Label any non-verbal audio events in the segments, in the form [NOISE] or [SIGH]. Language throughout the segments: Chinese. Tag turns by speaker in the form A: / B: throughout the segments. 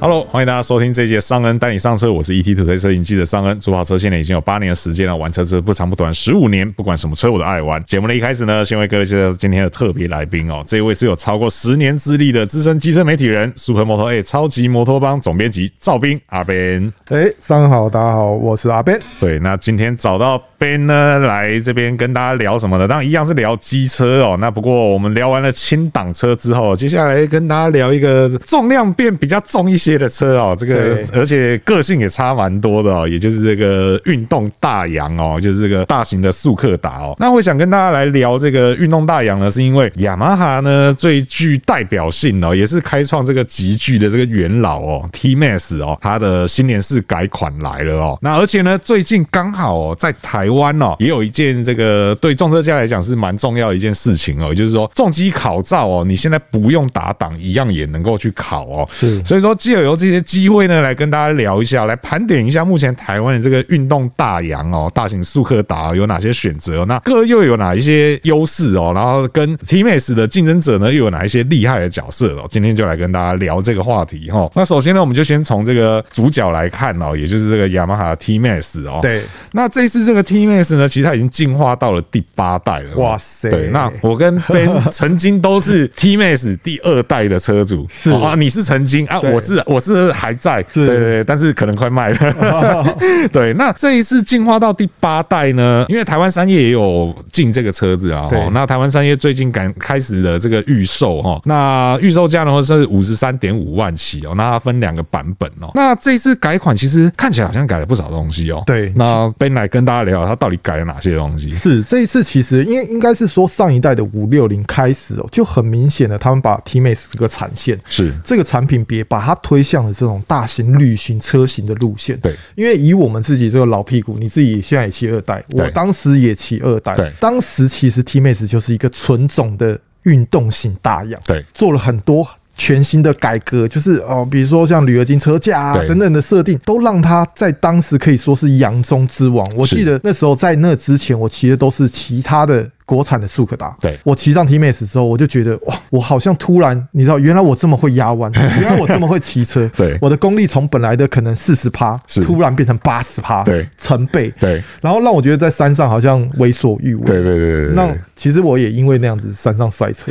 A: Hello，欢迎大家收听这一节尚恩带你上车，我是 ET 土推摄影记者尚恩。主跑车现在已经有八年的时间了，玩车是不长不短，十五年，不管什么车我都爱玩。节目的一开始呢，先为各位介绍今天的特别来宾哦，这一位是有超过十年资历的资深机车媒体人，Super Motor A 超级摩托帮总编辑赵斌阿 Ben。
B: 哎，上好，大家好，我是阿 Ben。
A: 对，那今天找到 Ben 呢来这边跟大家聊什么呢？当然一样是聊机车哦。那不过我们聊完了轻档车之后，接下来跟大家聊一个重量变比较重一些的车哦。这个
B: 对
A: 而且个性也差蛮多的哦，也就是这个运动大洋哦，就是这个大型的速克达哦。那我想跟大家来聊这个运动大洋呢，是因为雅马哈呢最具代表性哦，也是开创这个集聚的这个元老哦，T Max 哦，它的新年式改款来了哦。那而且呢，最近刚好哦，在台湾哦，也有一件这个对重车家来讲是蛮重要的一件事情哦，也就是说重机考照哦，你现在不用打档，一样也能够去考哦。
B: 是
A: 所以说，借由这些机会呢，来跟大家聊一下，来盘点一下目前台湾的这个运动大洋哦，大型速克达、有哪些选择、哦，那各又有哪一些优势哦，然后跟 T-Max 的竞争者呢，又有哪一些厉害的角色哦？今天就来跟大家聊这个话题哦。那首先呢，我们就先从这个主角来看哦，也就是这个雅马哈 T-Max 哦。
B: 对，
A: 那这次这个 T-Max 呢，其实它已经进化到了第八代了。哦
B: 哇塞
A: 对，那我跟 Ben 曾经都是 T-Max 第二代的车主，
B: 是
A: 哦啊，你是曾经啊，
B: 对
A: 我是我是还在，对
B: 是哦
A: 对对，但是可能快卖了。 [LAUGHS] 对，那这一次进化到第八代呢，因为台湾商业也有进这个车子啊，
B: 对
A: 哦那台湾商业最近赶开始了这个预售哈，那预售价呢是五十三点五万起哦，那它分两个版本哦。那这一次改款其实看起来好像改了不少东西哦。
B: 对
A: 那 Ben 来跟大家聊聊它到底改了哪些东西。
B: 是这一次其实因为应该是说上一代的五六零开始哦，就很明显的他们把 T-Max 这个产线。
A: 是
B: 这个产品别把它推向了这种大型旅行车型的路线，
A: 对，
B: 因为以我们自己这个老屁股，你自己现在也骑二代，
A: 对
B: 我当时也骑二代
A: 对，
B: 当时其实 T-Max 就是一个纯种的运动型大样，
A: 对
B: 做了很多全新的改革，就是哦，比如说像铝合金车架啊
A: 对
B: 等等的设定，都让它在当时可以说是洋中之王。我
A: 是
B: 记得那时候在那之前，我骑的都是其他的。国产的速可达，
A: 对
B: 我骑上 T-Max 之后，我就觉得哇，我好像突然，你知道，原来我这么会压弯，
A: [LAUGHS]
B: 原来我这么会骑车，
A: 对
B: 我的功力从本来的可能四十趴，
A: 是
B: 突然变成八十趴，
A: 对
B: 成倍，
A: 对
B: 然后让我觉得在山上好像为所欲为，
A: 对对对对对，
B: 那其实我也因为那样子山上摔
A: [LAUGHS]
B: 车，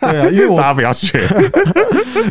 B: 对啊，因为
A: 大
B: 我
A: 家不要
B: [LAUGHS]
A: 学。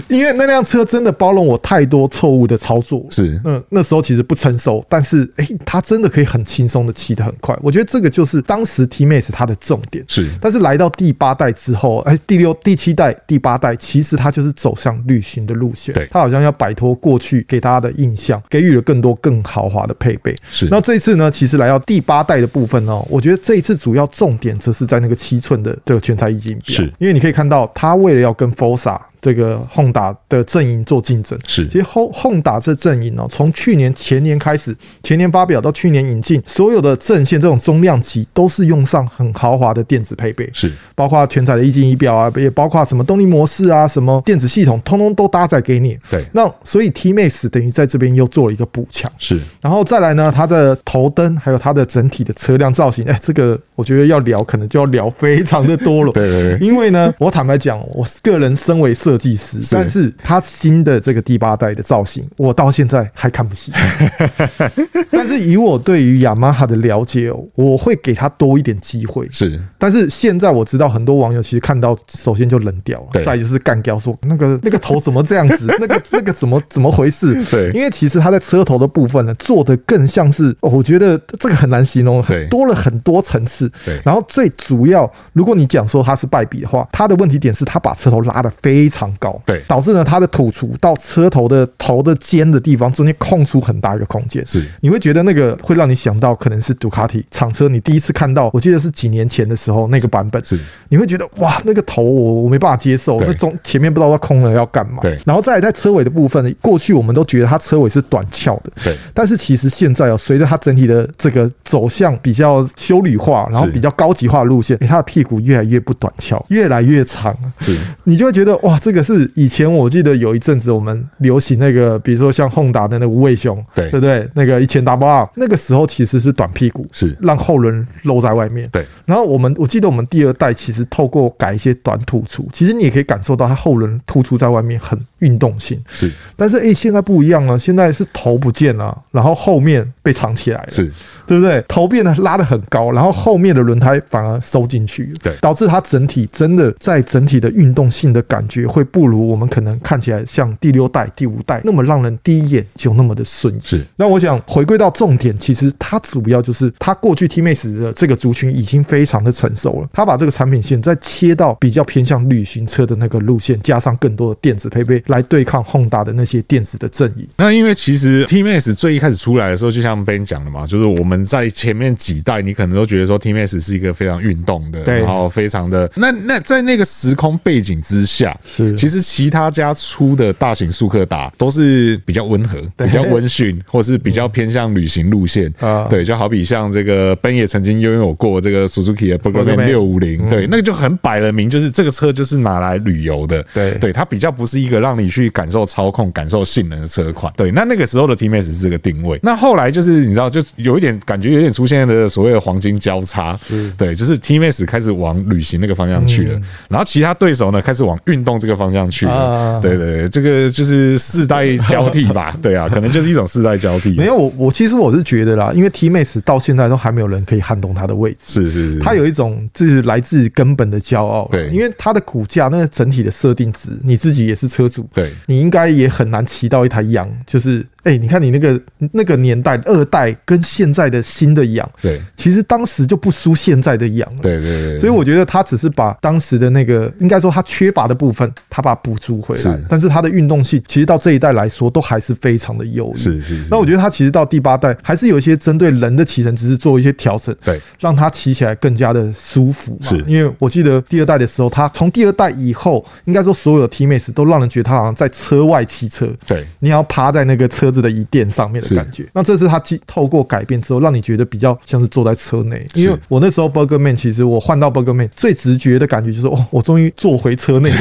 B: 因为那辆车真的包容我太多错误的操作，
A: 是
B: 嗯，那时候其实不成熟，但是诶，它真的可以很轻松的骑得很快，我觉得这个就是当时 T-Max 它的重点。
A: 是
B: 但是来到第八代之后，哎，第六、第七代、第八代，其实它就是走向旅行的路线。
A: 对
B: 它好像要摆脱过去给大家的印象，给予了更多更豪华的配备。
A: 是
B: 那这一次呢，其实来到第八代的部分呢，我觉得这一次主要重点则是在那个七寸的这个全彩液晶表，
A: 是
B: 因为你可以看到，它为了要跟 Forza 这个 Honda 的阵营做竞争，
A: 是
B: 其实 Hon Honda 这阵营哦，从去年前年开始，前年发表到去年引进，所有的阵线这种中量级都是用上很豪华的电子配备，
A: 是
B: 包括全彩的液晶仪表啊，也包括什么动力模式啊，什么电子系统，通通都搭载给你。
A: 对
B: 那所以 T-Max 等于在这边又做了一个补强。
A: 是
B: 然后再来呢，它的头灯还有它的整体的车辆造型，哎，这个我觉得要聊，可能就要聊非常的多了。
A: 对对对
B: 因为呢，我坦白讲，我个人身为设计师，
A: 是
B: 但是它新的这个第八代的造型，我到现在还看不习惯 [LAUGHS] 但是以我对于雅马哈的了解哦，我会给它多一点机会。
A: 是
B: 但是现在我知道很多网友其实看到，首先就冷掉
A: 对
B: 了，再就是干掉说那个那个头怎么这样
A: [LAUGHS]
B: 子，那个那个怎么怎么回事？
A: 对
B: 因为其实它在车头的部分呢，做的更像是、哦我觉得这个很难形容，
A: 对
B: 多了很多层次。
A: 对
B: 然后最主要，如果你讲说它是败笔的话，它的问题点是它把车头拉得非常高，
A: 对
B: 导致呢它的土厨到车头的头的尖的地方中间空出很大一个空间，
A: 是
B: 你会觉得那个会让你想到可能是杜卡迪厂车，你第一次看到，我记得是几年前的时候那个版本，
A: 是
B: 你会觉得哇，那个头我我没办法接受，
A: 对
B: 那中前面不知道它空了要干嘛。
A: 对
B: 然后再来在车尾的部分，过去我们都觉得它车尾是短翘的，
A: 对
B: 但是其实现在哦，随着它整体的这个走向比较修旅化，然后
A: 是
B: 比较高级化的路线，诶它的屁股越来越不短翘，越来越长，
A: 是
B: 你就会觉得哇，这个是以前我记得有一阵子我们流行那个，比如说像 Honda 的那个卫熊，
A: 对
B: 对不对？那个一千 W，那个时候其实是短屁股，
A: 是
B: 让后轮露在外面。
A: 对，
B: 然后我们我记得我们第二代其实透过改一些短突出，其实你也可以感受到它后轮突出在外面很运动性。
A: 是
B: 但是诶、现在不一样了，现在是头不见了，然后后面被藏起来了，
A: 是，
B: 对不对？头变得拉得很高，然后后面的轮胎反而收进去了，
A: 对
B: 导致它整体真的在整体的运动性的感觉会不如我们可能看起来像第六代、第五代那么让人第一眼就那么的顺眼。
A: 是
B: 那我想回归到重点，其实它主要就是它过去 T Max 的这个族群已经非常的成熟了，它把这个产品线再切到比较偏向旅行车的那个路线，加上更多的电子配备来对抗 Honda 的那些电子的阵营。
A: 那因为其实 T Max 最一开始出来的时候，就像 Ben 讲的嘛，就是我们在前面几代，你可能都觉得说 T Max 是一个非常运动的，
B: 对
A: 然后非常的那那在那个时空背景之下，
B: 是
A: 其实其他家出的大型速克达都是比较温和、
B: 对
A: 比较温驯，或是比较偏向旅行路线
B: 啊
A: 对，就好比像这个 Ben 也曾经拥有过这个 Suzuki 的 b u r g e r m a n
B: Burgerman
A: 六五
B: 嗯
A: 零，对，那个就很摆了明，就是这个车就是拿来旅游的，
B: 对
A: 对，它比较不是一个让你去感受操控、感受性能的车款。对，那那个时候的 T Max 是这个定位。那后来就是你知道，就有一点感觉，有点出现了所谓的黄金交叉。对，就是 T Max 开始往旅行那个方向去
B: 嗯
A: 了，然后其他对手呢开始往运动这个方向去了。
B: 啊
A: 对对对，这个就是世代交替
B: [LAUGHS]
A: 吧？对啊，可能就是一种世代交替。
B: 没有我我其实我是觉得啦，因为 T Max 到现在都还没有人可以撼动它的位置。
A: 是是是，
B: 它有一种就是来自根本的骄傲，
A: 对
B: 因为它的骨架那个整体的设定值，你自己也是车主，
A: 对
B: 你应该也很难骑到一台羊，就是哎、你看你那个那个年代二代跟现在的新的羊，
A: 对
B: 其实当时就不输现在的羊了，
A: 对对对，
B: 所以我觉得他只是把当时的那个，应该说他缺乏的部分，他把它补足回来
A: 是。
B: 但是他的运动性，其实到这一代来说，都还是非常的优异。
A: 是是是
B: 那我觉得他其实到第八代，还是有一些针对人的骑乘只是做一些调整，
A: 对
B: 让他骑起来更加的舒服嘛。
A: 是
B: 因为我记得第二代的时候，他从第二代以后，应该说所有的 T Max 都让人觉得他好像在车外骑车。
A: 对
B: 你要趴在那个车子的椅垫上面的
A: 是
B: 感觉。那这是它既透过改变之后，让你觉得比较像是坐在车内。因为
A: 是
B: 我那时候 Burger Man，其实我换到 Burger Man 最直觉的感觉就是，哦，我终于坐回车内了。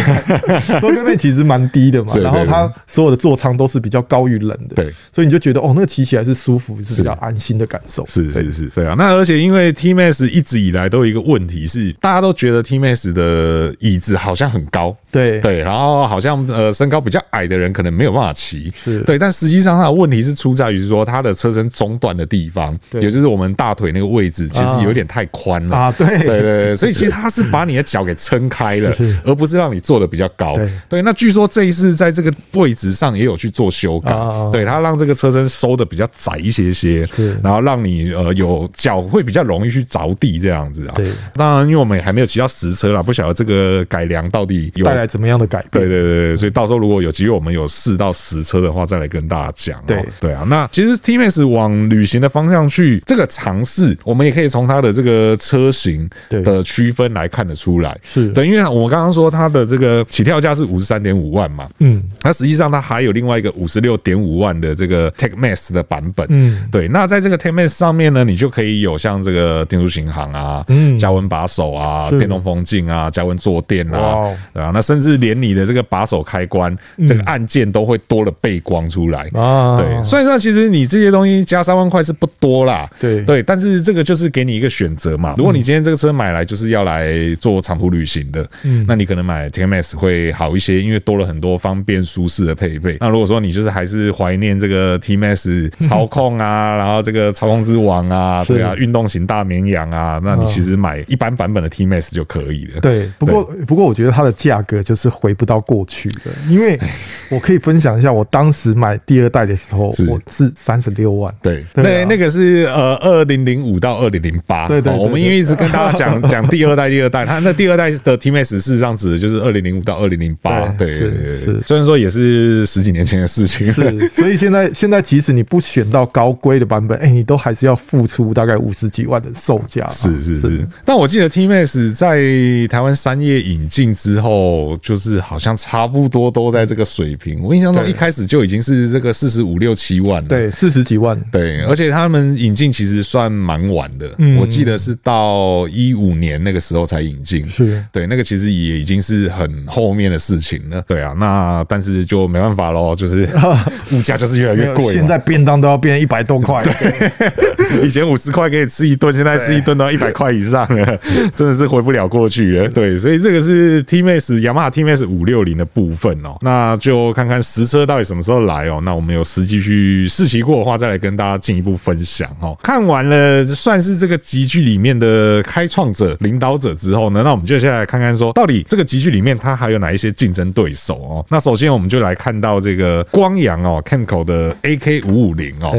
A: [LAUGHS]
B: Burger Man 其实蛮低的嘛，
A: 是
B: 然后它所有的座舱都是比较高于人的，
A: 对，
B: 所以你就觉得哦，那个骑起来是舒服，是比较安心的感受。
A: 是
B: 对
A: 是是，对啊。那而且因为 T Max 一直以来都有一个问题是，大家都觉得 T Max 的椅子好像很高，
B: 对
A: 对，然后好像呃身高比较矮的人可能没有办法骑，
B: 是
A: 对。但实际上它的问题是出在于说它的车身中段的地方，
B: 对
A: 也就是我们大腿那个位置，其实
B: 啊
A: 有点太宽了。
B: 啊，对
A: 对对对，所以其实它是把你的脚给撑开了
B: [LAUGHS] 是是，
A: 而不是让你坐的比较高
B: 对。
A: 对，那据说这一次在这个位置上也有去做修改
B: 啊啊啊，
A: 对它让这个车身收的比较窄一些些
B: 是，
A: 然后让你呃有脚会比较容易去着地这样子啊
B: 对。
A: 当然，因为我们也还没有骑到实车啦，不晓得这个改良到底有
B: 带来怎么样的改
A: 对
B: 变？
A: 对对对，所以到时候如果有机会我们有试到实车的话，再来跟大家讲哦、
B: 对
A: 对啊，那其实 T Max 往旅行的方向去，这个尝试我们也可以从它的这个车型
B: 对
A: 的区分来看得出来。
B: 是
A: 对，因为我们刚刚说它的这个起跳价是五十三点五万嘛，
B: 嗯，
A: 那实际上它还有另外一个五十六点五万的这个 Tech Max 的版本，
B: 嗯，
A: 对。那在这个 Tech Max 上面呢，你就可以有像这个定速巡航啊，
B: 嗯
A: 加温把手啊，
B: 是
A: 电动风镜啊，加温坐垫
B: 哇
A: 啊
B: 哦，
A: 对啊，那甚至连你的这个把手开关，这个按键都会多了背光出来。
B: 嗯啊，
A: 对，算一算，其实你这些东西加三万块是不多啦。
B: 对嗯
A: 对，但是这个就是给你一个选择嘛。如果你今天这个车买来就是要来做长途旅行的，嗯，那你可能买 T M S 会好一些，因为多了很多方便舒适的配备。那如果说你就是还是怀念这个 T M
B: [LAUGHS]
A: S 操控啊，然后这个操控之王啊，
B: 是
A: 对啊，运动型大绵羊啊，那你其实买一般版本的 T M S 就可以了。
B: 对，不过不过我觉得它的价格就是回不到过去了，因为
A: 哎
B: 我可以分享一下，我当时买第二代的时候
A: 是，
B: 我是三十六万。
A: 对，
B: 对
A: 那
B: 啊
A: 那个是呃，二零零五到二零零八。
B: 对对
A: 哦
B: 对
A: 我们因为一直跟大家
B: [LAUGHS]
A: 讲讲第二代，第二代，它那第二代的 T Max 事实上指的就是二零零五到二零零八。
B: 对啊
A: 对
B: 是
A: 对对对
B: 是
A: 虽然说也是十几年前的事情，
B: 是，所以现在现在即使你不选到高规的版本，哎、你都还是要付出大概五十几万的售价。
A: [LAUGHS] 是是是，但我记得 T Max 在台湾商业引进之后，就是好像差不多都在这个水平。我印象中
B: 对
A: 一开始就已经是这个四十十五六七万了。
B: 对，四十几万，
A: 对，而且他们引进其实算蛮晚的，
B: 嗯
A: 我记得是到一五年那个时候才引进。
B: 是
A: 对，那个其实也已经是很后面的事情了。对啊，那但是就没办法喽，就是
B: [LAUGHS]
A: 物价就是越来越贵嘛。哦
B: 现在便当都要变一百多块，
A: [LAUGHS] 以前五十块可以吃一顿，现在吃一顿都要一百块以上了，真的是回不了过去了。对，所以这个是 TMS 雅马哈 TMS 五六零的部分哦。那就看看实车到底什么时候来哦。那我们有实际去试骑过的话，再来跟大家进一步分享哦。看完了算是这个集聚里面的开创者、领导者之后呢，那我们就下来看看说，到底这个集聚里面它还有哪一些竞争对手哦。那首先我们就来看到这个光阳哦 Camco 的 AK 五五零哦。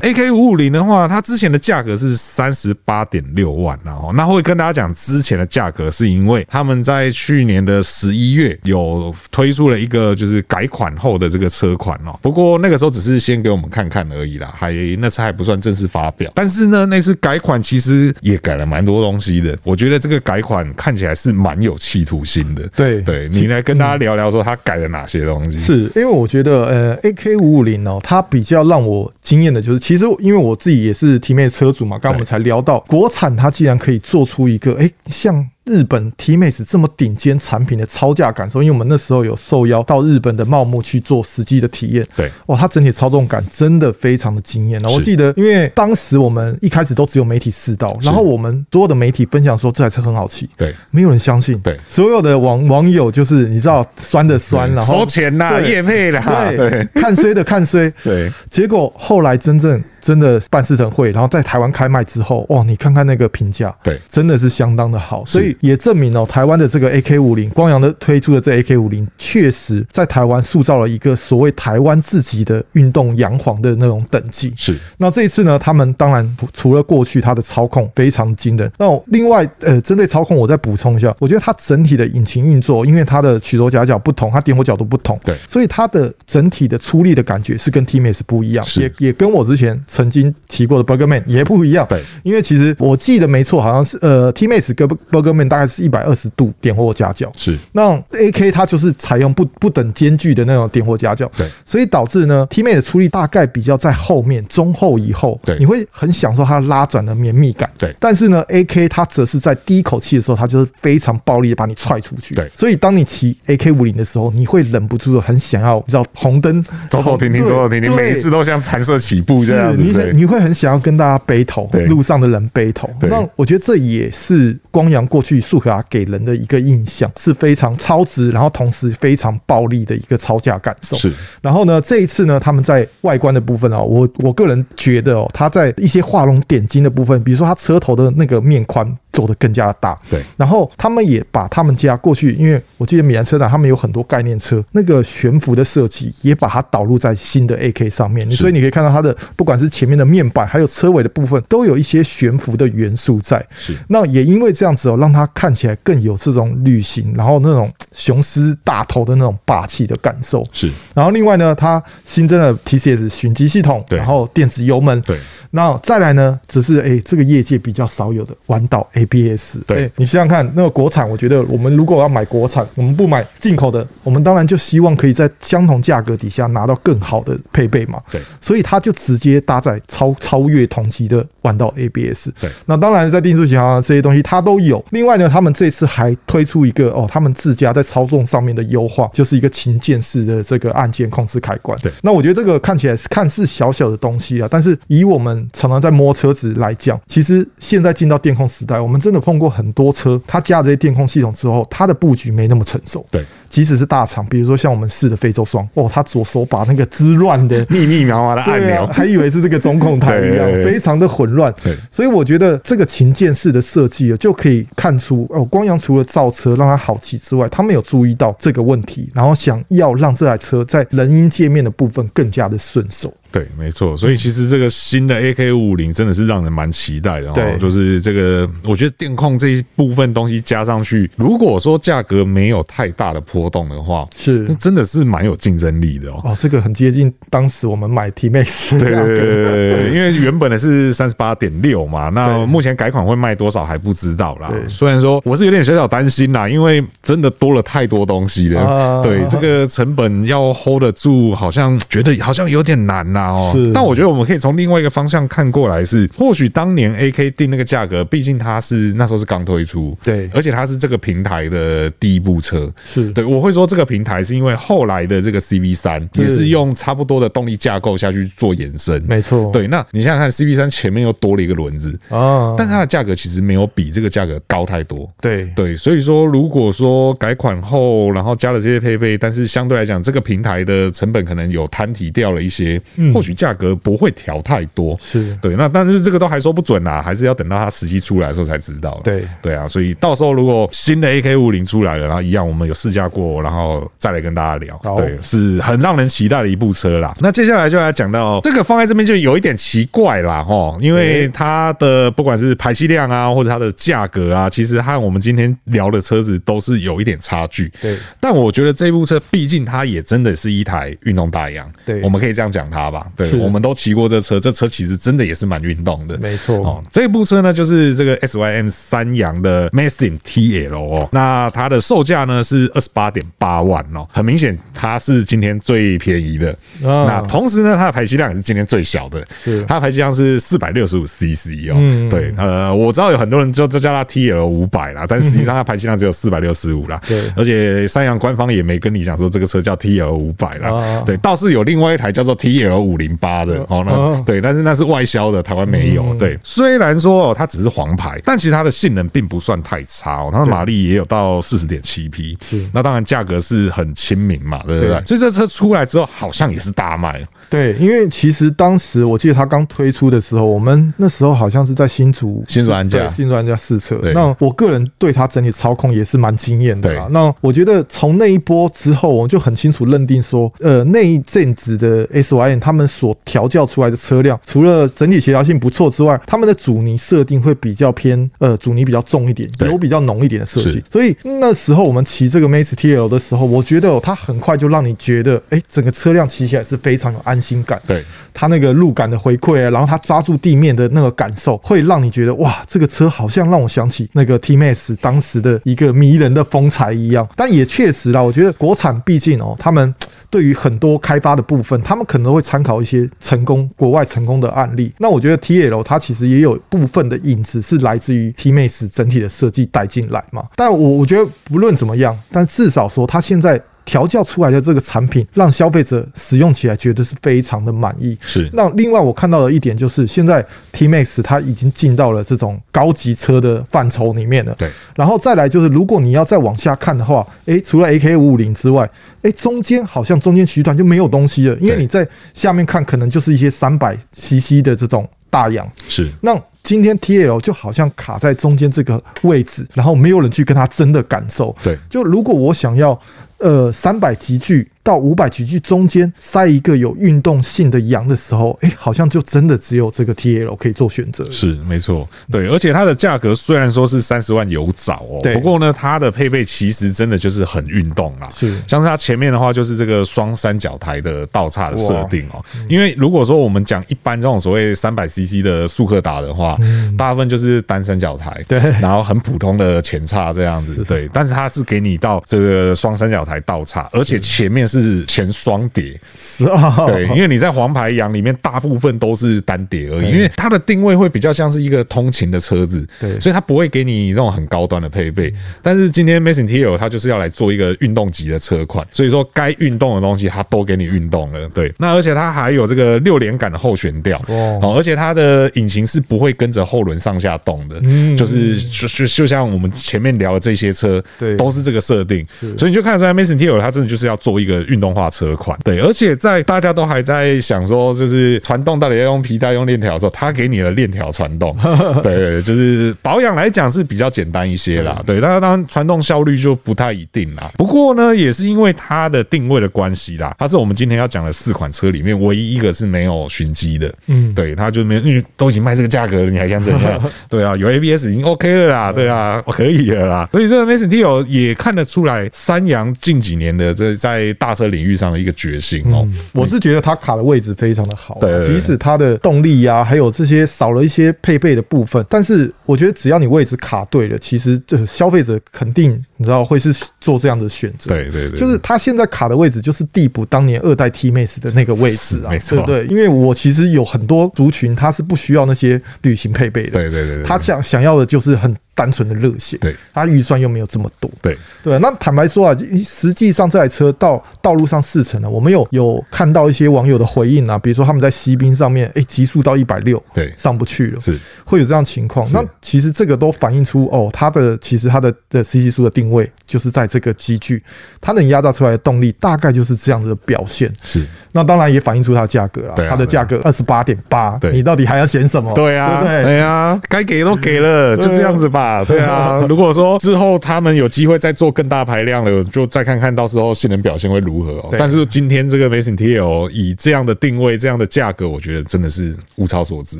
B: 哎，
A: AK 五五零的话，它之前的价格是三十八点六万然后那会跟大家讲之前的价格，是因为他们在去年的十一月有推出了一个就是改款后的这个车款哦。不过那个时候只是先给我们看看而已啦，还那次还不算正式发表。但是呢，那次改款其实也改了蛮多东西的，我觉得这个改款看起来是蛮有企图心的。
B: 对
A: 对你来跟大家聊聊说它改了哪些东西？
B: 是因为我觉得呃，AK 五五零哦，它比较让我惊艳的就是，其实因为我自己也是 T 妹车主嘛，刚刚我们才聊到国产，它竟然可以做出一个哎、像。日本 T m a x 这么顶尖产品的超价感受，因为我们那时候有受邀到日本的茂木去做实际的体验，
A: 对，
B: 哇，它整体操纵感真的非常的惊艳。然后哦我
A: 是
B: 记得，因为当时我们一开始都只有媒体试到，然后我们所有的媒体分享说这台车很好骑，
A: 对，
B: 没有人相信，
A: 对
B: 所有的网网友就是你知道酸的酸，然后
A: 收钱啦，
B: 对
A: 叶配啦，
B: 对
A: 啊对，
B: 看衰的看衰，
A: [LAUGHS] 对。
B: 结果后来真正真的办事成会，然后在台湾开卖之后，哇，你看看那个评价，
A: 对
B: 真的是相当的好，所以也证明哦，台湾的这个 AK 五零，光阳的推出的这 AK 五零，确实在台湾塑造了一个所谓台湾自己的运动洋皇的那种等级。
A: 是
B: 那这一次呢，他们当然除除了过去它的操控非常惊人，那我另外呃，针对操控我再补充一下，我觉得它整体的引擎运作，因为它的曲轴夹角不同，它点火角度不同，
A: 对
B: 所以它的整体的出力的感觉是跟 T-Max 不一样，
A: 是
B: 也也跟我之前曾经提过的 Burgerman 也不一样，
A: 对，
B: 因为其实我记得没错，好像是呃 T-Max 跟 Burgerman 大概是一百二十度点火夹角，
A: 是
B: 那 AK 它就是采用不不等间距的那种点火夹角，
A: 对
B: 所以导致呢 T 妹的出力大概比较在后面中后以后，
A: 对
B: 你会很享受它拉转的绵密感，
A: 对
B: 但是呢，AK 它则是在第一口气的时候，它就是非常暴力的把你踹出去，
A: 对
B: 所以当你骑 AK 五零的时候，你会忍不住的很想要，你知道红灯
A: 走走停停，
B: 对
A: 走走停停，
B: 对
A: 每一次都像弹射起步这样
B: 是，
A: 子。
B: 你
A: 对
B: 你会很想要跟大家 battle，
A: 对
B: 路上的人 battle。
A: 对
B: 那我觉得这也是光阳过去素可达给人的一个印象，是非常超值，然后同时非常暴力的一个超价感受。
A: 是
B: 然后呢，这一次呢，他们在外观的部分哦，我我个人觉得哦，它在一些画龙点睛的部分，比如说它车头的那个面宽做得更加大，
A: 对
B: 然后他们也把他们家过去，因为我记得米兰车展他们有很多概念车，那个悬浮的设计也把它导入在新的 AK 上面，所以你可以看到它的不管是前面的面板，还有车尾的部分，都有一些悬浮的元素在。
A: 是
B: 那也因为这样子哦，让它看起来更有这种旅行，然后那种雄狮大头的那种霸气的感受。
A: 是，
B: 然后另外呢，它新增了 TCS 循迹系统，
A: 对
B: 然后电子油门，
A: 对，
B: 那再来呢，只是诶、这个业界比较少有的弯道 ABS。
A: 对
B: 诶你想想看，那个国产，我觉得我们如果要买国产，我们不买进口的，我们当然就希望可以在相同价格底下拿到更好的配备嘛。
A: 对，
B: 所以它就直接搭载超超越同级的弯道 ABS。
A: 对
B: 那当然在定速巡航这些东西它都有。另外呢，他们这次还推出一个哦，他们自家在操纵上面的优化，就是一个琴键式的这个按键控制开关。
A: 对
B: 那我觉得这个看起来是看似小小的东西啊，但是以我们常常在摸车子来讲，其实现在进到电控时代，我们真的碰过很多车，它加了这些电控系统之后，它的布局没那么成熟。
A: 对，
B: 即使是大厂，比如说像我们试的非洲双，哦，它左手把那个滋乱的
A: 密密麻麻的按
B: 对啊
A: 钮。
B: 还以为是这个中控台一样
A: [LAUGHS] 对对，对
B: 非常的混乱
A: 对。
B: 所以我觉得这个琴键式的设计啊，就可以看出哦，光阳除了造车让它好骑之外，他们有注意到这个问题，然后想要让这台车在人音界面的部分更加的顺手。
A: 对，没错。所以其实这个新的 AK 五零真的是让人蛮期待的哦
B: 对。
A: 就是这个，我觉得电控这一部分东西加上去，如果说价格没有太大的波动的话，
B: 是
A: 那真的是蛮有竞争力的哦。
B: 哦，这个很接近当时我们买 T Max
A: 对对对对，因为原本的是三十八点六嘛，那
B: 对
A: 目前改款会卖多少还不知道啦
B: 对。
A: 虽然说我是有点小小担心啦，因为真的多了太多东西了。
B: 啊
A: 对，这个成本要 hold 得住，好像觉得好像有点难啦哦
B: 是。
A: 但我觉得我们可以从另外一个方向看过来是，或许当年 AK 定那个价格，毕竟它是那时候是刚推出，
B: 对
A: 而且它是这个平台的第一部车，
B: 是
A: 对，我会说这个平台是因为后来的这个 CV 三也
B: 是
A: 是用差不多的动力架构下去做延伸。
B: 没错，
A: 对，那你想想看，CV 三前面又多了一个轮子，
B: 啊，
A: 但它的价格其实没有比这个价格高太多。
B: 对
A: 对，所以说如果说改款后，然后加了这些配备，但是相对来讲，这个平台的成本可能有摊提掉了一些，
B: 嗯
A: 或许价格不会调太多。
B: 是
A: 对，那但是这个都还说不准啦，还是要等到它实际出来的时候才知道。
B: 对
A: 对啊，所以到时候如果新的 AK 五零出来了，然后一样我们有试驾过，然后再来跟大家聊。
B: 好
A: 对，是很让人期待的一部车啦。那接下来就来讲到这个放在这边就有一点奇怪啦，哈，因为它的不管是排气量啊，或者它的价格啊，其实和我们今天聊的车子都是有一点差距。
B: 对
A: 但我觉得这部车毕竟它也真的是一台运动大洋，
B: 对
A: 我们可以这样讲它吧。对，
B: 是
A: 我们都骑过这车，这车其实真的也是蛮运动的。
B: 没错
A: 哦，这部车呢就是这个 S Y M 三阳的 Mastin T L 哦，那它的售价呢是二十八点八万哦，很明显它是今天最便宜的。
B: 啊
A: 那同时呢，它的排气量也是今天最小的，
B: 是
A: 它的排气量是四百六十五 CC 哦。
B: 嗯
A: 对，呃，我知道有很多人就就叫它 T L 五百啦，
B: [LAUGHS]
A: 但实际上它排气量只有四百六十五啦。
B: 对
A: 而且三阳官方也没跟你讲说这个车叫 T L 五百啦
B: 啊，
A: 对，倒是有另外一台叫做 T L 五零八的哦，那
B: 啊
A: 对，但是那是外销的，台湾没有。对，虽然说哦它只是黄牌，但其实它的性能并不算太差哦，它的马力也有到四十点七匹，
B: 是
A: 那当然价格是很亲民嘛，对不对？
B: 对
A: 所以这车出来之后好像也是大卖，
B: 对，因为其实当时我记得它刚推出的时候，我们那时候好像是在新竹
A: 新竹安家
B: 对新竹安家试车
A: 对。
B: 那我个人对它整体操控也是蛮惊艳的啦
A: 对。
B: 那我觉得从那一波之后，我就很清楚认定说，呃，那一阵子的 S Y N 他们所调教出来的车辆，除了整体协调性不错之外，他们的阻尼设定会比较偏呃阻尼比较重一点，
A: 对
B: 油比较浓一点的设
A: 是
B: 计。所以那时候我们骑这个 Max T L 的时候，我觉得哦它很快就让你觉得，哎，整个车辆骑起来是非常有安心感。
A: 对。
B: 它那个路感的回馈啊，然后它抓住地面的那个感受，会让你觉得哇，这个车好像让我想起那个 T Max 当时的一个迷人的风采一样。但也确实啦，我觉得国产毕竟哦，他们对于很多开发的部分，他们可能会参考一些成功国外成功的案例。那我觉得 T L 它其实也有部分的影子是来自于 T Max 整体的设计带进来嘛。但我我觉得不论怎么样，但至少说它现在。调教出来的这个产品，让消费者使用起来觉得是非常的满意。
A: 是
B: 那另外我看到的一点就是，现在 T Max 它已经进到了这种高级车的范畴里面了。
A: 对，
B: 然后再来就是，如果你要再往下看的话，诶，除了 AK 五五零之外，诶，中间好像中间区段就没有东西了，因为
A: 对
B: 你在下面看可能就是一些三百 CC 的这种大洋。
A: 是，
B: 那今天 T L 就好像卡在中间这个位置，然后没有人去跟他真的感受。
A: 对
B: 就如果我想要，呃，三百级距到五百级距中间塞一个有运动性的羊的时候，哎、好像就真的只有这个 T L 可以做选择。
A: 是没错，对，而且它的价格虽然说是三十万有找哦，
B: 对
A: 不过呢，它的配备其实真的就是很运动啦。
B: 是
A: 像是它前面的话，就是这个双三角台的倒叉的设定哦。因为如果说我们讲一般这种所谓三百 CC 的速克达的话，大部分就是单三角台，
B: 嗯对
A: 然后很普通的前叉这样子，对。但是它是给你到这个双三角台倒叉，而且前面是前双碟，
B: [LAUGHS] 是啊，
A: 对，因为你在黄牌羊里面大部分都是单碟而已，因为它的定位会比较像是一个通勤的车子，
B: 对嗯
A: 所以它不会给你这种很高端的配备。但是今天 Mason T L 它就是要来做一个运动级的车款，所以说该运动的东西它都给你运动了，对。那而且它还有这个六连杆的后悬吊，
B: 哦
A: 哦，而且它的引擎是不会跟着后轮上下动的，
B: 嗯
A: 就是就就就像我们前面聊的这些车，
B: 对
A: 都是这个设定，所以你就看得出来 Mason T L 它真的就是要做一个运动化车款，对，而且在大家都还在想说，就是传动到底要用皮带用链条的时候，它给你了链条传 [LAUGHS] 动，对对，就是保养来讲是比较简单一些啦，对，但是当然传动效率就不太一定啦。不过呢，也是因为它的定位的关系啦，它是我们今天要讲的四款车里面唯一一个是没有寻机的，
B: 嗯
A: 对，它就没有，因为都已经卖这个价格了，你还想怎样？
B: [LAUGHS]
A: 对啊，有 ABS 已经 OK 了啦，对啊，
B: 嗯
A: 可以了啦。所以这个 Mason t o 也看得出来，三洋近几年的这在大车领域上的一个决心哦。
B: 我是觉得它卡的位置非常的好啊
A: 对对，对
B: 即使它的动力呀、还有这些少了一些配备的部分，但是我觉得只要你位置卡对了，其实这消费者肯定你知道会是做这样的选择。
A: 对对对，
B: 就是它现在卡的位置，就是地补当年二代 T Max 的那个位置
A: 是
B: 啊，
A: 没错
B: 对不对？因为我其实有很多族群，它是不需要那些旅行配备的，
A: 对对对对，
B: 他想想要的就是很单纯的热血，
A: 对，
B: 他预算又没有这么多，
A: 对
B: 对。那坦白说啊，实际上这台车到道路上试乘呢，我们有有看到一些网友的回应啊，比如说他们在西滨上面，哎，极速到一百六，
A: 对
B: 上不去了，
A: 是
B: 会有这样情况。
A: 是
B: 那其实这个都反映出哦，它的其实它的的 CC 数的定位就是在这个机具，它能压榨出来的动力大概就是这样的表现。
A: 是，
B: 那当然也反映出它的价格啦，
A: 对啊
B: 它的
A: 对啊
B: 价格二十八点八
A: 对，
B: 你到底还要嫌什么？
A: 对啊，
B: 对不对？
A: 对啊，该给都给了，就
B: 对啊
A: 这样子吧，对啊。如果说之后他们有机会再做更大排量了，就再看看到时候性能表现会如何哦。
B: 对
A: 但是今天这个 Mason T L 以这样的定位、这样的价格，我觉得真的是物超所值。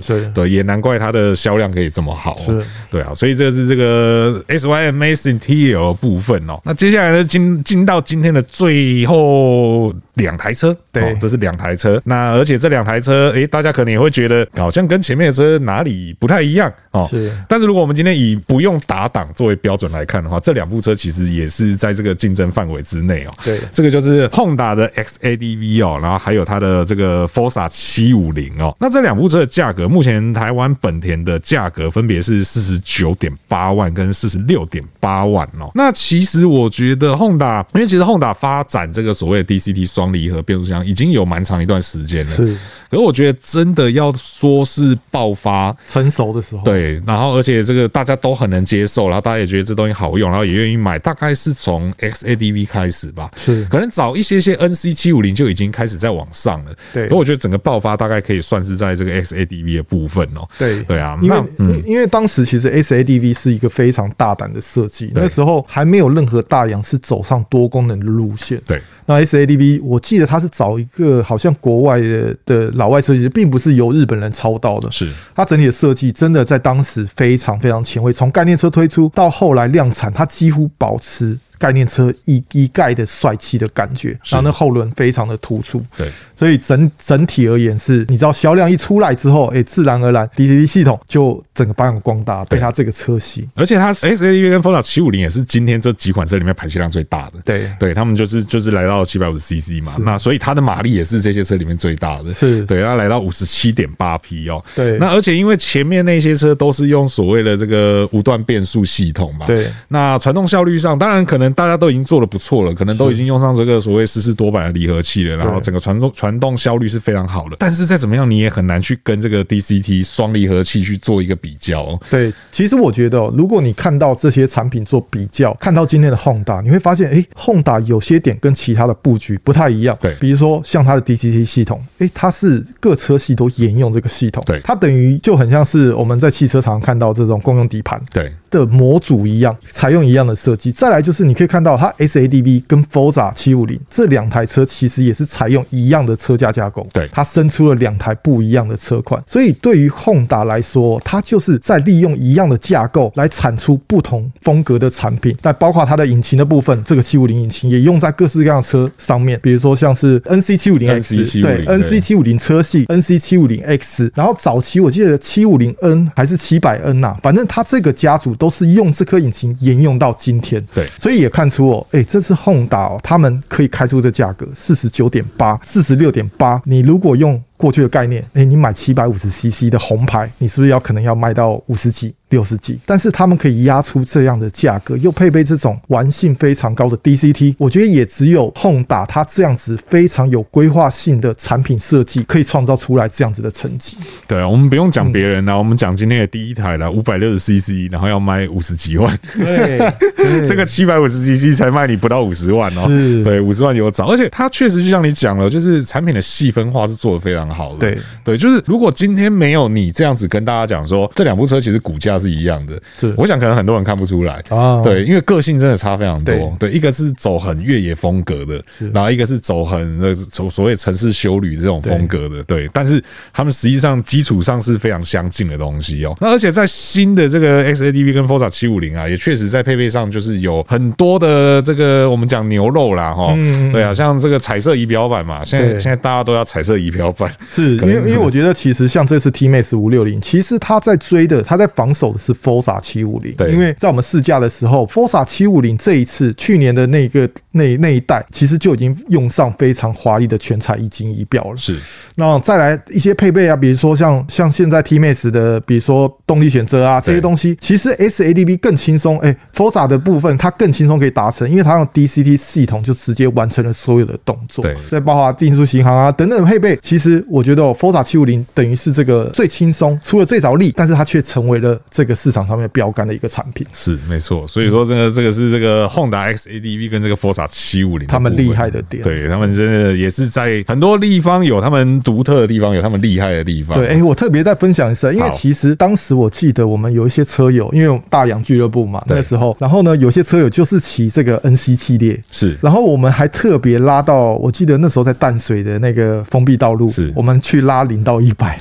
B: 是
A: 对，也难怪它的销量可以这么好、哦。
B: 是，
A: 对啊，所以这是这个 S Y M Mason T L 部分哦。那接下来呢，进进到今天的最后两台车，
B: 对
A: 哦这是两台车。那而且这两台车，诶、大家可能也会觉得好像跟前面的车哪里不太一样哦。
B: 是
A: 但是如果我们今天以不用打档作为标准来看的话，这两部车其实也是在这个竞争范围之内哦。
B: 对
A: 这个就是 Honda 的 XADV 哦，然后还有它的这个 Forza 七五零哦。那这两部车的价格，目前台湾本田的价格分别是四十九点八万跟四十六点八万哦。那其实我觉得 Honda，因为其实 Honda 发展这个所谓的 DCT 双离合变速箱已经有蛮长一段时间了，
B: 是
A: 可是我觉得真的要说是爆发，
B: 成熟的时候，
A: 对，然后而且这个大家都很能接受，然后大家也觉得这东西好用，然后也愿意买，大概是从 XADV 开始吧，
B: 是
A: 可能早一些些 NC 七五零就已经开始在往上了，
B: 对
A: 可我觉得整个爆发大概可以算是在这个 XADV 的部分哦，
B: 对
A: 对啊，
B: 因为
A: 那嗯
B: 因为当时其实 SADV 是一个非常大胆的设计，
A: 对
B: 那时候还没有任何大洋是走上多功能的路线。
A: 对
B: 那 SADV 我记得它是找一个好像国外的的老外设计师，并不是由日本人抄到的，
A: 是
B: 它整体的设计真的在当时非常非常前卫，从概念车推出到后来量产，它几乎保持概念车一一概的帅气的感觉，然后那后轮非常的突出，
A: 对
B: 所以整整体而言是，你知道销量一出来之后，哎、自然而然 DCD 系统就整个发扬光大，
A: 对
B: 被它这个车型，
A: 而且它 XADV 跟 Forza 七五零也是今天这几款车里面排气量最大的，
B: 对
A: [LAUGHS] 对他们就是就是来到七百五十 CC 嘛，那所以它的马力也是这些车里面最大的，
B: 是
A: 对，它来到五十七点八匹哦。
B: 对
A: 那而且因为前面那些车都是用所谓的这个无段变速系统嘛，
B: 对
A: 那传动效率上，当然可能大家都已经做的不错了，可能都已经用上这个所谓十四多版的离合器了，然后
B: 对
A: 整个传动传动效率是非常好的，但是再怎么样你也很难去跟这个 DCT 双离合器去做一个比较哦。
B: 对，其实我觉得、哦，如果你看到这些产品做比较，看到今天的 Honda，你会发现，哎、h o n d a 有些点跟其他的布局不太一样。
A: 对
B: 比如说像它的 DCT 系统，哎、它是各车系都沿用这个系统，
A: 对
B: 它等于就很像是我们在汽车常看到这种共用底盘。
A: 对
B: 的模组一样，采用一样的设计。再来就是你可以看到它 SADV 跟 Forza 七五零这两台车其实也是采用一样的车架架构，
A: 对
B: 它生出了两台不一样的车款。所以对于 Honda 来说，它就是在利用一样的架构来产出不同风格的产品。那包括它的引擎的部分，这个七五零引擎也用在各式各样的车上面，比如说像是 NC 七五零 X，
A: NC750
B: 对
A: 对
B: NC 七五零车系 NC 七五零 X，然后早期我记得七五零 N 还是七百 N 呐，反正它这个家族都是用这颗引擎沿用到今天。
A: 对
B: 所以也看出哦，哎、这次 Honda 哦，他们可以开出这价格四十九点八、四十六点八，你如果用过去的概念，哎、你买七百五十 CC 的红牌，你是不是要可能要卖到五十几？六十几，但是他们可以压出这样的价格，又配备这种玩性非常高的 DCT，我觉得也只有 Honda 它这样子非常有规划性的产品设计，可以创造出来这样子的成绩。
A: 对啊，我们不用讲别
B: 嗯
A: 人啦，我们讲今天的第一台啦，五百六十 CC，然后要卖五十几万，
B: 对，
A: [LAUGHS] 这个七百五十 CC 才卖你不到五十万哦，
B: 是
A: 对，五十万有找，而且它确实就像你讲了，就是产品的细分化是做的非常常好的。
B: 对，
A: 对，就是如果今天没有你这样子跟大家讲说这两部车其实骨架是一样的，
B: 是
A: 我想可能很多人看不出来。
B: 啊，
A: 对，因为个性真的差非常多
B: 对。
A: 对，一个是走很越野风格的
B: 是，
A: 然后一个是走很呃所所谓城市修旅这种风格的。对，但是他们实际上基础上是非常相近的东西哦。那而且在新的这个 XADV 跟 Forza 七五零啊，也确实在配备上就是有很多的这个我们讲牛肉啦，哈
B: 嗯嗯嗯，
A: 对啊，像这个彩色仪表板嘛，现在
B: 对
A: 现在大家都要彩色仪表板，
B: 是因
A: 可
B: 为
A: 能
B: 因为我觉得其实像这次 T Max 五六零，其实它在追的，它在防守的是 Forza 七五零。
A: 对
B: 因为在我们试驾的时候，Forza 七五零这一次去年的那个那那一代，其实就已经用上非常华丽的全彩一金一表了。
A: 是
B: 那再来一些配备啊，比如说像像现在 T Max 的，比如说动力选择啊这些
A: 对
B: 东西，其实 S A D B 更轻松，哎、f o r z a 的部分它更轻松可以达成，因为它用 D C T 系统就直接完成了所有的动作，
A: 对
B: 再包括定速巡航啊等等配备，其实我觉得、哦、Forza 七五零等于是这个最轻松，出了最早力，但是它却成为了这个市场上面标杆的一个产品。
A: 是没错，所以说真的这个是这个 Honda XADV 跟这个 Forza 七五零
B: 他们厉害的点
A: 对他们真的也是在很多地方有他们独特的地方，有他们厉害的地方。
B: 对，哎、我特别再分享一下，因为
A: 好
B: 其实当时我记得我们有一些车友，因为我们大洋俱乐部嘛，
A: 对
B: 那时候，然后呢，有些车友就是骑这个 NC 系列。
A: 是
B: 然后我们还特别拉到，我记得那时候在淡水的那个封闭道路，
A: 是
B: 我们去拉零到一
A: [LAUGHS]
B: 百，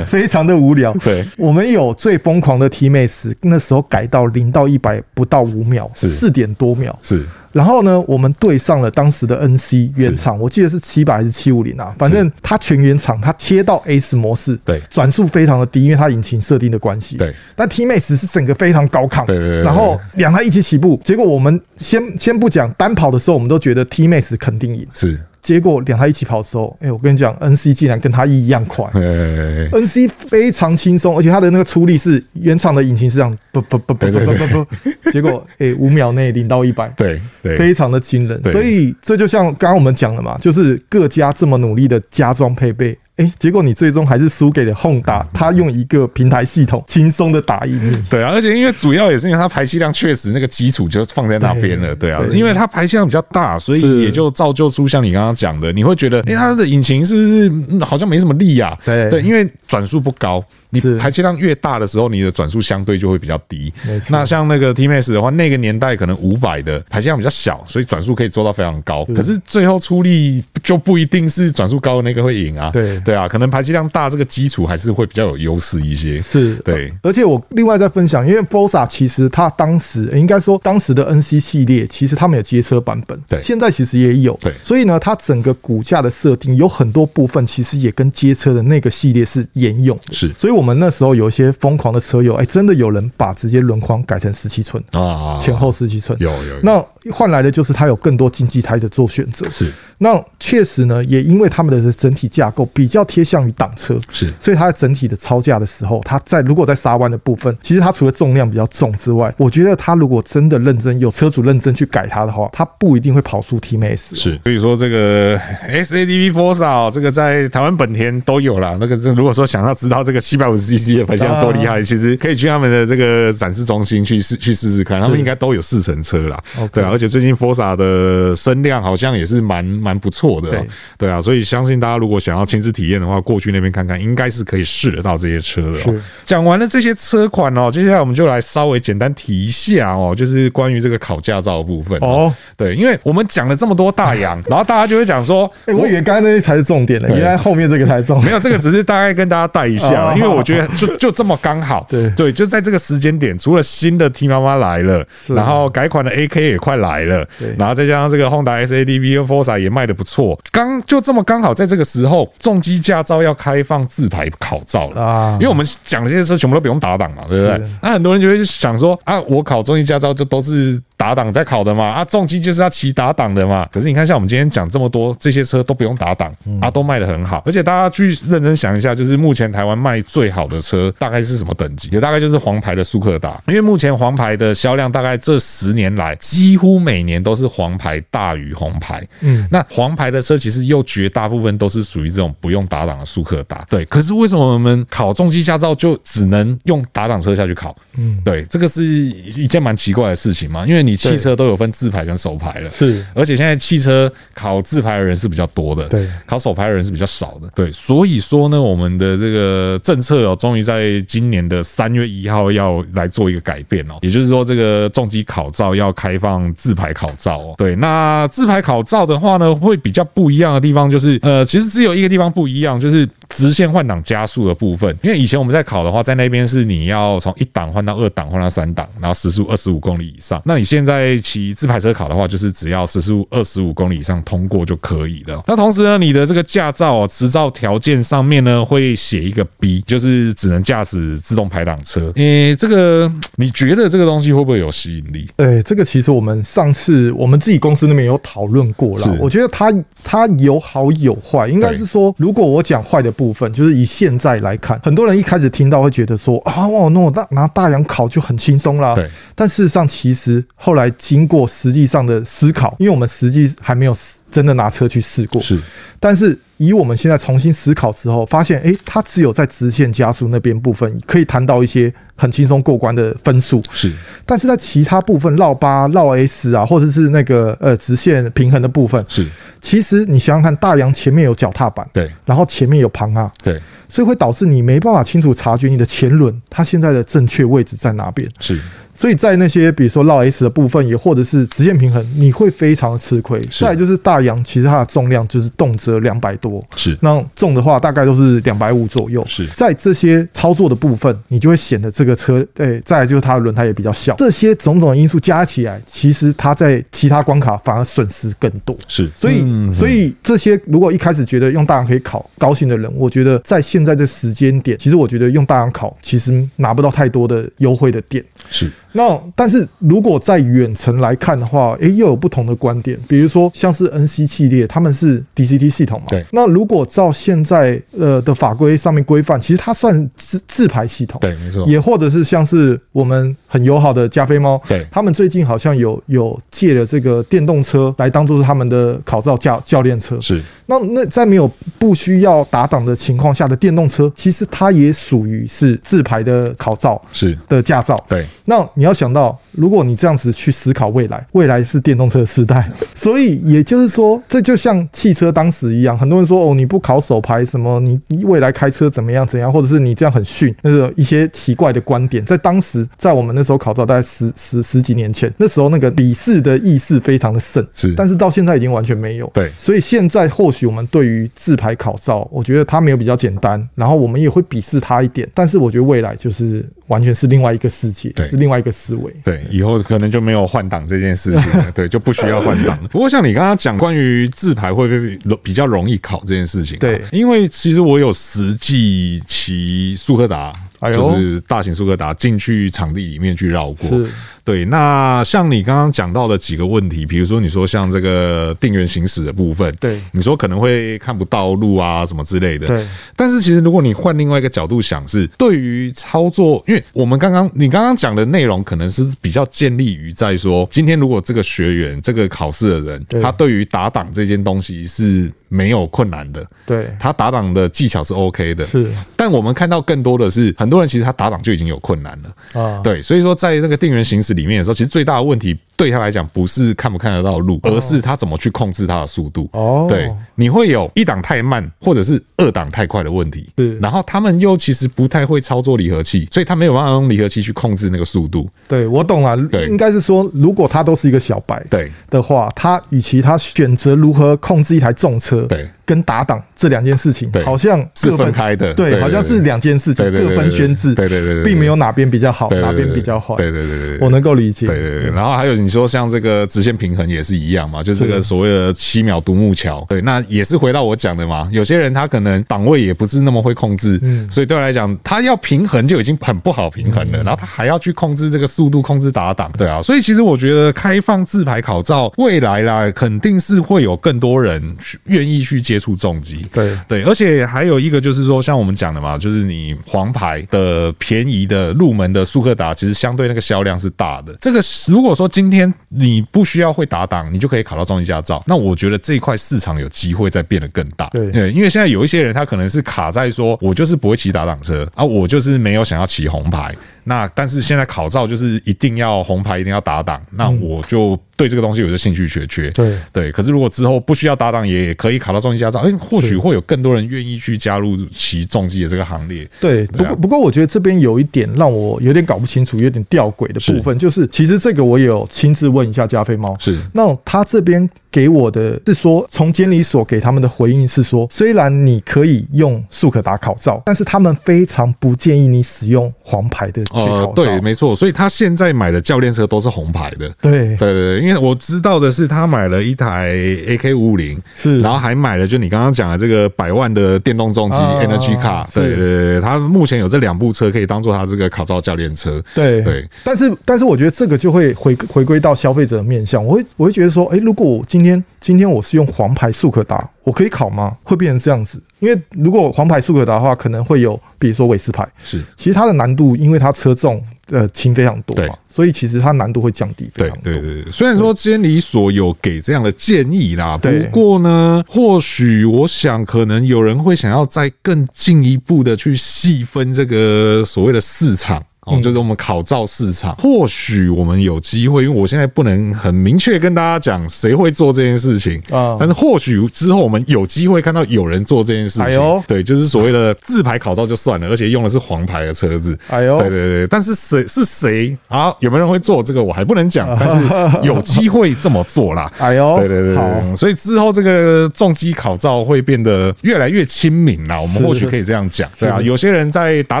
B: 非常的无聊。
A: 对，
B: 我们有最疯狂的 T Max，那时候改到零到一百不到五秒，
A: 是
B: 四点多秒。
A: 是
B: 然后呢，我们对上了当时的 NC 原厂，我记得是七百还是七五零啊，反正它全原厂，它切到 S 模式，
A: 对
B: 转速非常的低，因为它引擎设定的关系，
A: 对。
B: 但 T Max 是整个非常高亢，
A: 对对对对
B: 然后两台一起起步，结果我们先先不讲单跑的时候，我们都觉得 T Max 肯定赢，
A: 是，
B: 结果两台一起跑的时候，哎、我跟你讲，NC 竟然跟它一样快。
A: 呃，
B: N C 非常轻松，而且它的那个出力是原厂的引擎是这样，不不不不不不不不，结果哎五、秒内零到一百，
A: 对对
B: 非常的惊人。
A: 对
B: 所以这就像刚刚我们讲的嘛，就是各家这么努力的加装配备，哎、结果你最终还是输给了
A: 嗯
B: Honda，它用一个平台系统轻松的打赢你。
A: 对啊，而且因为主要也是因为它排气量确实那个基础就放在那边了，对啊，
B: 对
A: 因为它排气量比较大，所
B: 是嗯
A: 以也就造就出像你刚刚讲的，你会觉得，哎，它的引擎是不是嗯好像没什么力呀、
B: 对
A: 对，因为转速不高，你
B: 是
A: 排气量越大的时候，你的转速相对就会比较低
B: 没错。
A: 那像那个 T Max 的话，那个年代可能五百的排气量比较小，所以转速可以做到非常高。
B: 嗯
A: 可是最后出力就不一定是转速高的那个会赢啊。
B: 对
A: 对啊，可能排气量大这个基础还是会比较有优势一些。
B: 是呃
A: 对
B: 而且我另外再分享，因为 Forza 其实它当时呃应该说当时的 NC 系列，其实他们有街车版本，
A: 对
B: 现在其实也有，
A: 对
B: 所以呢，它整个骨架的设定有很多部分其实也跟街车的那个系列是沿用的，
A: 是
B: 所以我们那时候有一些疯狂的车友，哎、真的有人把直接轮框改成十七寸，
A: 啊，
B: 前后十七寸，
A: 有有有
B: 那换来的就是它有更多竞技胎的做选择，
A: 是
B: 那确实呢，也因为他们的整体架构比较贴向于挡车，
A: 是
B: 所以它在整体的超价的时候，它在如果在沙湾的部分，其实它除了重量比较重之外，我觉得它如果真的认真有车主认真去改它的话，它不一定会跑出 T M S。
A: 是，哦所以说这个 SADV Forza 哦这个在台湾本田都有啦。那个这如果说想要知道这个七百五十 CC
B: 啊
A: 的排气量多厉害，其实可以去他们的这个展示中心去试去试试看，他们应该都有试乘车啦
B: OK。
A: 对啊，而且最近 Forza 的声量好像也是蛮蛮不错的、哦
B: 对。
A: 对啊，所以相信大家如果想要亲自体验的话，过去那边看看，应该是可以试得到这些车的、哦
B: 是。
A: 讲完了这些车款哦，接下来我们就来稍微简单提一下哦，就是关于这个考驾照的部分
B: 哦，
A: 对，因为我们讲了这么多大洋，然后大家就会讲说，
B: [LAUGHS] 哎、我以为刚才那些才是重点呢，
A: 对
B: 原来后面这个才是重
A: 没
B: 点。
A: 有这个，只是大概跟大家带一
B: 哦
A: 下，因为我觉得就就这么刚好，
B: [LAUGHS] 对
A: 对，就在这个时间点，除了新的 T 妈妈来了，
B: 是
A: 然后改款的 AK 也快来了
B: 对，
A: 然后再加上这个 Honda SADV 跟 Forza 也卖的不错，刚就这么刚好在这个时候，重机驾照要开放自排考照了
B: 啊
A: 因为我们讲的这些车全部都不用打档嘛，对不对
B: 是？
A: 那很多人就会想说啊，我考重机驾照就都是打档在考的嘛，啊，重机就是要骑打档的嘛。可是你看，像我们今天讲这么多，这些车都不用打档，啊，都卖得很好。而且大家去认真想一下，就是目前台湾卖最好的车大概是什么等级？也大概就是黄牌的速克达，因为目前黄牌的销量大概这十年来几乎每年都是黄牌大于红牌。
B: 嗯
A: 那黄牌的车其实又绝大部分都是属于这种不用打档的速克达。对，可是为什么我们考重机驾照就只能用打档车下去考？
B: 嗯，
A: 对，这个是一件蛮奇怪的事情嘛，因为你汽车都有分自排跟手排了。
B: 是
A: 而且现在汽车考自排的人是比较多的，
B: 对
A: 考手排的人是比较少的，对，所以说呢，我们的这个政策哦，终于在今年的三月一号要来做一个改变哦，也就是说，这个重机考照要开放自排考照哦，对，那自排考照的话呢，会比较不一样的地方就是，呃，其实只有一个地方不一样，就是直线换挡加速的部分，因为以前我们在考的话，在那边是你要从一档换到二档，换到三档，然后时速二十五公里以上。那你现在骑自排车考的话，就是只要时速二十五公里以上通过就可以了。那同时呢，你的这个驾照哦，执照条件上面呢会写一个 B，就是只能驾驶自动排档车。诶、这个你觉得这个东西会不会有吸引力？
B: 对，哎这个其实我们上次我们自己公司那边有讨论过
A: 是
B: 啦。我觉得它它有好有坏，应该
A: 对
B: 是说，如果我讲坏的部分，就是以现在来看，很多人一开始听到会觉得说啊，哇，那我大拿大洋考就很轻松啦。
A: 对，
B: 但事实上，其实后来经过实际上的思考，因为我们实际还没有真的拿车去试过，
A: 是
B: 但是以我们现在重新思考之后，发现，诶、它只有在直线加速那边部分可以谈到一些很轻松过关的分数，
A: 是，
B: 但是在其他部分绕八、绕 S 啊，或者是那个呃直线平衡的部分，
A: 是，
B: 其实你想想看，大洋前面有脚踏板，
A: 对
B: 然后前面有旁啊，
A: 对
B: 所以会导致你没办法清楚察觉你的前轮它现在的正确位置在哪边。
A: 是
B: 所以在那些比如说绕 S 的部分，也或者是直线平衡，你会非常的吃亏。
A: 是
B: 再来就是大洋，其实它的重量就是动辄两百多，
A: 是
B: 那重的话大概都是两百五左右。
A: 是
B: 在这些操作的部分，你就会显得这个车，哎、再来就是它的轮胎也比较小。这些种种因素加起来，其实它在其他关卡反而损失更多。
A: 是，
B: 所以，
A: 嗯
B: 所以这些如果一开始觉得用大洋可以考高兴的人，我觉得在现在这时间点，其实我觉得用大洋考其实拿不到太多的优惠的点。
A: 是
B: 那但是如果在远程来看的话，诶、又有不同的观点。比如说像是 NC 系列，他们是 DCT 系统嘛。
A: 对
B: 那如果照现在呃的法规上面规范，其实它算自自排系统。。
A: 对，没错，
B: 也或者是像是我们很友好的加菲猫，
A: 对
B: 他们最近好像有有借了这个电动车来当做是他们的考照教教练车。
A: 是
B: 那那在没有不需要打档的情况下的电动车，其实它也属于是自排的考照
A: 是，
B: 的驾照。
A: 对
B: 那你要想到，如果你这样子去思考未来，未来是电动车的时代， [LAUGHS] 所以也就是说，这就像汽车当时一样，很多人说哦，你不考手牌什么，你未来开车怎么样怎样，或者是你这样很逊，那个一些奇怪的观点，在当时，在我们那时候考照，大概十十十几年前，那时候那个笔试的意识非常的盛，
A: 是，
B: 但是到现在已经完全没有。
A: 对
B: 所以现在或许我们对于自排考照，我觉得它没有比较简单，然后我们也会鄙视它一点，但是我觉得未来就是完全是另外一个世界
A: 对，
B: 是另外一个思维。
A: 对，以后可能就没有换挡这件事情
B: [LAUGHS]
A: 了，对，就不需要换挡了。不过像你刚刚讲关于自排会不会比较容易考这件事情、啊
B: 对
A: 因为其实我有实际骑速克达，
B: 哎呦
A: 就是大型速克达进去场地里面去绕过。
B: 是
A: 对，那像你刚刚讲到的几个问题，比如说你说像这个定员行驶的部分，
B: 对
A: 你说可能会看不到路啊什么之类的，
B: 对。
A: 但是其实如果你换另外一个角度想是，对于操作，因为我们刚刚你刚刚讲的内容，可能是比较建立于在说，今天如果这个学员这个考试的人，
B: 对
A: 他对于打档这件东西是没有困难的，
B: 对，
A: 他打档的技巧是 OK 的，
B: 是
A: 但我们看到更多的是，很多人其实他打档就已经有困难了。
B: 啊，
A: 对，所以说在那个定员行驶里面的时候，其实最大的问题对他来讲不是看不看得到路，而是他怎么去控制他的速度。
B: 哦
A: 对，你会有一档太慢或者是二档太快的问题。
B: 是
A: 然后他们又其实不太会操作离合器，所以他没有办法用离合器去控制那个速度。
B: 对，我懂了
A: 对。
B: 应该是说，如果他都是一个小白
A: 对，
B: 的话，他与其他选择如何控制一台重车，
A: 对，
B: 跟打档这两件事情
A: 对，
B: 好像
A: 是
B: 各
A: 分开的对
B: 对，
A: 对
B: 好像
A: 对
B: 是两件事情
A: 对对对
B: 各分宣制，
A: 对对对对对
B: 并没有哪边比较好，
A: 对
B: 哦哪边比较坏，
A: 对对对对对，
B: 我能够理解，
A: 对对对，然后还有你说像这个直线平衡也是一样嘛，就是这个所谓的七秒独木桥，对，那也是回到我讲的嘛，有些人他可能档位也不是那么会控制，
B: 嗯
A: 所以对我来讲，他要平衡就已经很不好平衡了，然后他还要去控制这个速度，控制打档，对啊，所以其实我觉得开放自排考照未来啦，肯定是会有更多人去愿意去接触重机，
B: 对
A: 对，而且还有一个就是说，像我们讲的嘛，就是你黄牌的便宜的入门的速克达，其实相对那个销量是大的。这个如果说今天你不需要会打档，你就可以考到中级驾照。那我觉得这一块市场有机会再变得更大。
B: 对
A: 因为现在有一些人他可能是卡在说，我就是不会骑打档车啊，我就是没有想要骑红牌。那但是现在考照就是一定要红牌，一定要打档，那我就对这个东西我就兴趣缺缺。
B: 嗯对
A: 对，可是如果之后不需要搭档，也可以考到中级驾照，哎、或许会有更多人愿意去加入骑重机的这个行列。对
B: 对，
A: 啊
B: 不过不过我觉得这边有一点让我有点搞不清楚，有点吊诡的部分，就是其实这个我也有亲自问一下加菲猫，
A: 是
B: 那他这边给我的是说，从监理所给他们的回应是说，虽然你可以用速可达考照，但是他们非常不建议你使用黄牌的去
A: 呃
B: 考，照。
A: 对，没错，所以他现在买的教练车都是红牌的。对
B: 对
A: 对对，因为我知道的是，他买了一台 AK 五五零，
B: 是
A: 然后还买了就你刚刚讲的这个百万的电动重机
B: 啊
A: Energy Car。
B: 是
A: 对对对对，他目前有这两部车可以当做他这个考照教练车。
B: 对
A: 对，
B: 但是但是我觉得这个就会回回归到消费者的面向，我会我会觉得说，诶，如果我今天今天我是用黄牌速可达，我可以考吗？会变成这样子，因为如果黄牌速可达的话，可能会有比如说韦斯牌，
A: 是
B: 其实它的难度因为它车重呃轻非常多
A: 对
B: 嘛，所以其实它难度会降低非
A: 对
B: 常多。
A: 对对，对虽然说监理所有给这样的建议啦，不
B: 对
A: 过呢，或许我想可能有人会想要再更进一步的去细分这个所谓的市场。哦，
B: 嗯
A: 就是我们考照市场，或许我们有机会，因为我现在不能很明确跟大家讲谁会做这件事情
B: 啊
A: 但是或许之后我们有机会看到有人做这件事情。
B: 哎呦
A: 对，就是所谓的自牌考照就算了，而且用的是黄牌的车子。
B: 哎呦
A: 对对对对，但是谁是谁啊？有没有人会做这个？我还不能讲，但是有机会这么做啦。
B: 哎呦，
A: 对对对
B: 好，
A: 对，所以之后这个重机考照会变得越来越亲民啦，我们
B: 是
A: 或许可以这样讲，对啊，
B: 是
A: 有些人在打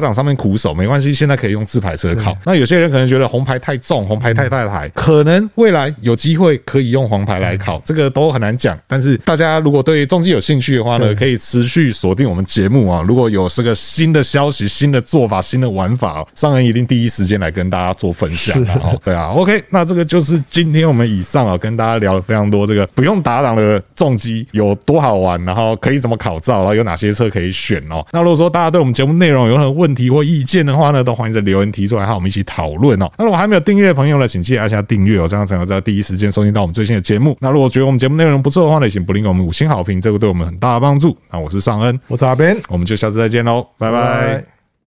A: 档上面苦手没关系，现在可以用自排车考，那有些人可能觉得红牌太重，红牌太大
B: 嗯
A: 牌，可能未来有机会可以用黄牌来考，这个都很难讲，但是大家如果对重机有兴趣的话呢，
B: 对
A: 可以持续锁定我们节目啊，如果有这个新的消息、新的做法、新的玩法哦，上人一定第一时间来跟大家做分享啊。哦对啊，OK，那这个就是今天我们以上啊，跟大家聊了非常多这个不用打档的重机有多好玩，然后可以怎么考照，然后有哪些车可以选哦。那如果说大家对我们节目内容有任何问题或意见的话呢，都欢迎在留言提出来，和我们一起讨论哦。那如果还没有订阅的朋友呢，请记得按下订阅哦，这样才能在第一时间收听到我们最新的节目。那如果觉得我们节目内容不错的话呢，请不吝给我们五星好评，这个对我们很大的帮助。那我是尚恩，
B: 我是阿边，
A: 我们就下次再见喽，拜拜